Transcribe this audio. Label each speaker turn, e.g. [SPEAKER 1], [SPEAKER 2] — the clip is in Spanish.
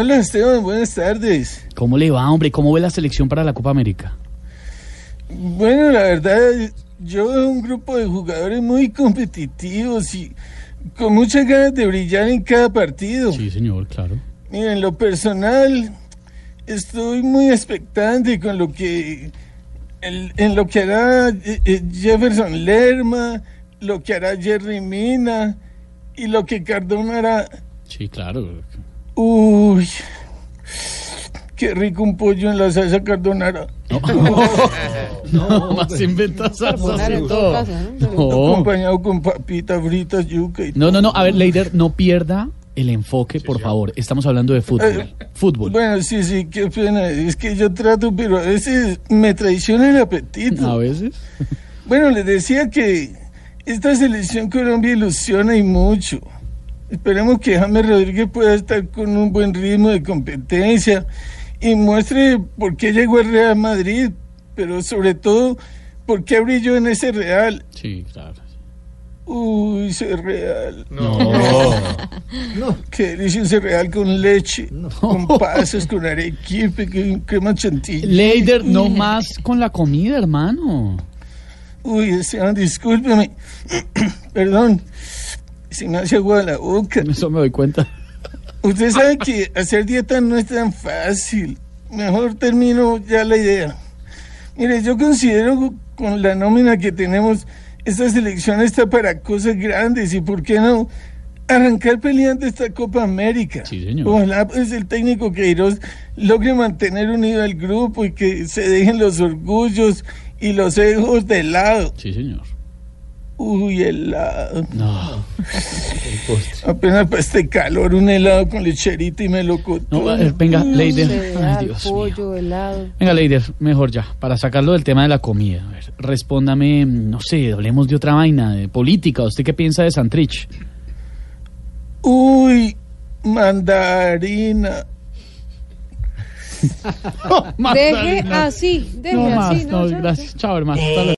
[SPEAKER 1] Hola Esteban, buenas tardes.
[SPEAKER 2] ¿Cómo le va, hombre? ¿Cómo ve la selección para la Copa América?
[SPEAKER 1] Bueno, la verdad, yo veo un grupo de jugadores muy competitivos y con muchas ganas de brillar en cada partido.
[SPEAKER 2] Sí, señor, claro.
[SPEAKER 1] Miren, lo personal, estoy muy expectante con lo que el- en lo que hará eh, eh, Jefferson Lerma, lo que hará Jerry Mina y lo que Cardona hará.
[SPEAKER 2] Sí, claro.
[SPEAKER 1] Uy, qué rico un pollo en la salsa cardonara.
[SPEAKER 2] No, más inventas salsas y todo. No.
[SPEAKER 1] acompañado con papitas fritas, yuca y
[SPEAKER 2] No, no, no. A ver, Leider, no pierda el enfoque, por favor. Estamos hablando de fútbol. Fútbol.
[SPEAKER 1] Bueno, sí, sí, qué pena. Es que yo trato, pero a veces me traiciona el
[SPEAKER 2] A
[SPEAKER 1] apetito.
[SPEAKER 2] veces.
[SPEAKER 1] Bueno, les decía que esta selección Colombia ilusiona y mucho. Esperemos que James Rodríguez pueda estar con un buen ritmo de competencia y muestre por qué llegó al Real Madrid, pero sobre todo por qué brilló en ese Real.
[SPEAKER 2] Sí, claro.
[SPEAKER 1] Uy, ese Real.
[SPEAKER 2] No.
[SPEAKER 1] Qué delicioso ese Real con leche, con pasas, con arequipe, con crema chantilly.
[SPEAKER 2] Leider, no más con la comida, hermano.
[SPEAKER 1] Uy, Esteban, discúlpeme. Perdón. Se me hace agua la boca.
[SPEAKER 2] Eso me doy cuenta.
[SPEAKER 1] Usted sabe que hacer dieta no es tan fácil. Mejor termino ya la idea. Mire, yo considero con la nómina que tenemos, esta selección está para cosas grandes y por qué no arrancar peleando esta Copa América.
[SPEAKER 2] Sí, señor.
[SPEAKER 1] Ojalá pues el técnico Queiroz logre mantener unido al grupo y que se dejen los orgullos y los egos de lado.
[SPEAKER 2] Sí, señor.
[SPEAKER 1] Uy, helado.
[SPEAKER 2] No.
[SPEAKER 1] Apenas para este calor, un helado con lecherita y melocotón.
[SPEAKER 2] No, eh, venga, Leider.
[SPEAKER 3] Cereal,
[SPEAKER 2] Ay, Dios mío.
[SPEAKER 3] pollo, helado.
[SPEAKER 2] Venga, Leider, mejor ya, para sacarlo del tema de la comida. A ver, respóndame, mm, no sé, hablemos de otra vaina, de política. ¿Usted qué piensa de Santrich?
[SPEAKER 1] Uy, mandarina.
[SPEAKER 2] Más
[SPEAKER 3] Deje
[SPEAKER 2] tarde, no.
[SPEAKER 3] así, deje
[SPEAKER 2] No
[SPEAKER 3] así.
[SPEAKER 2] más, no,
[SPEAKER 3] ya, ya.
[SPEAKER 2] gracias. Chao, hermano. Hasta luego.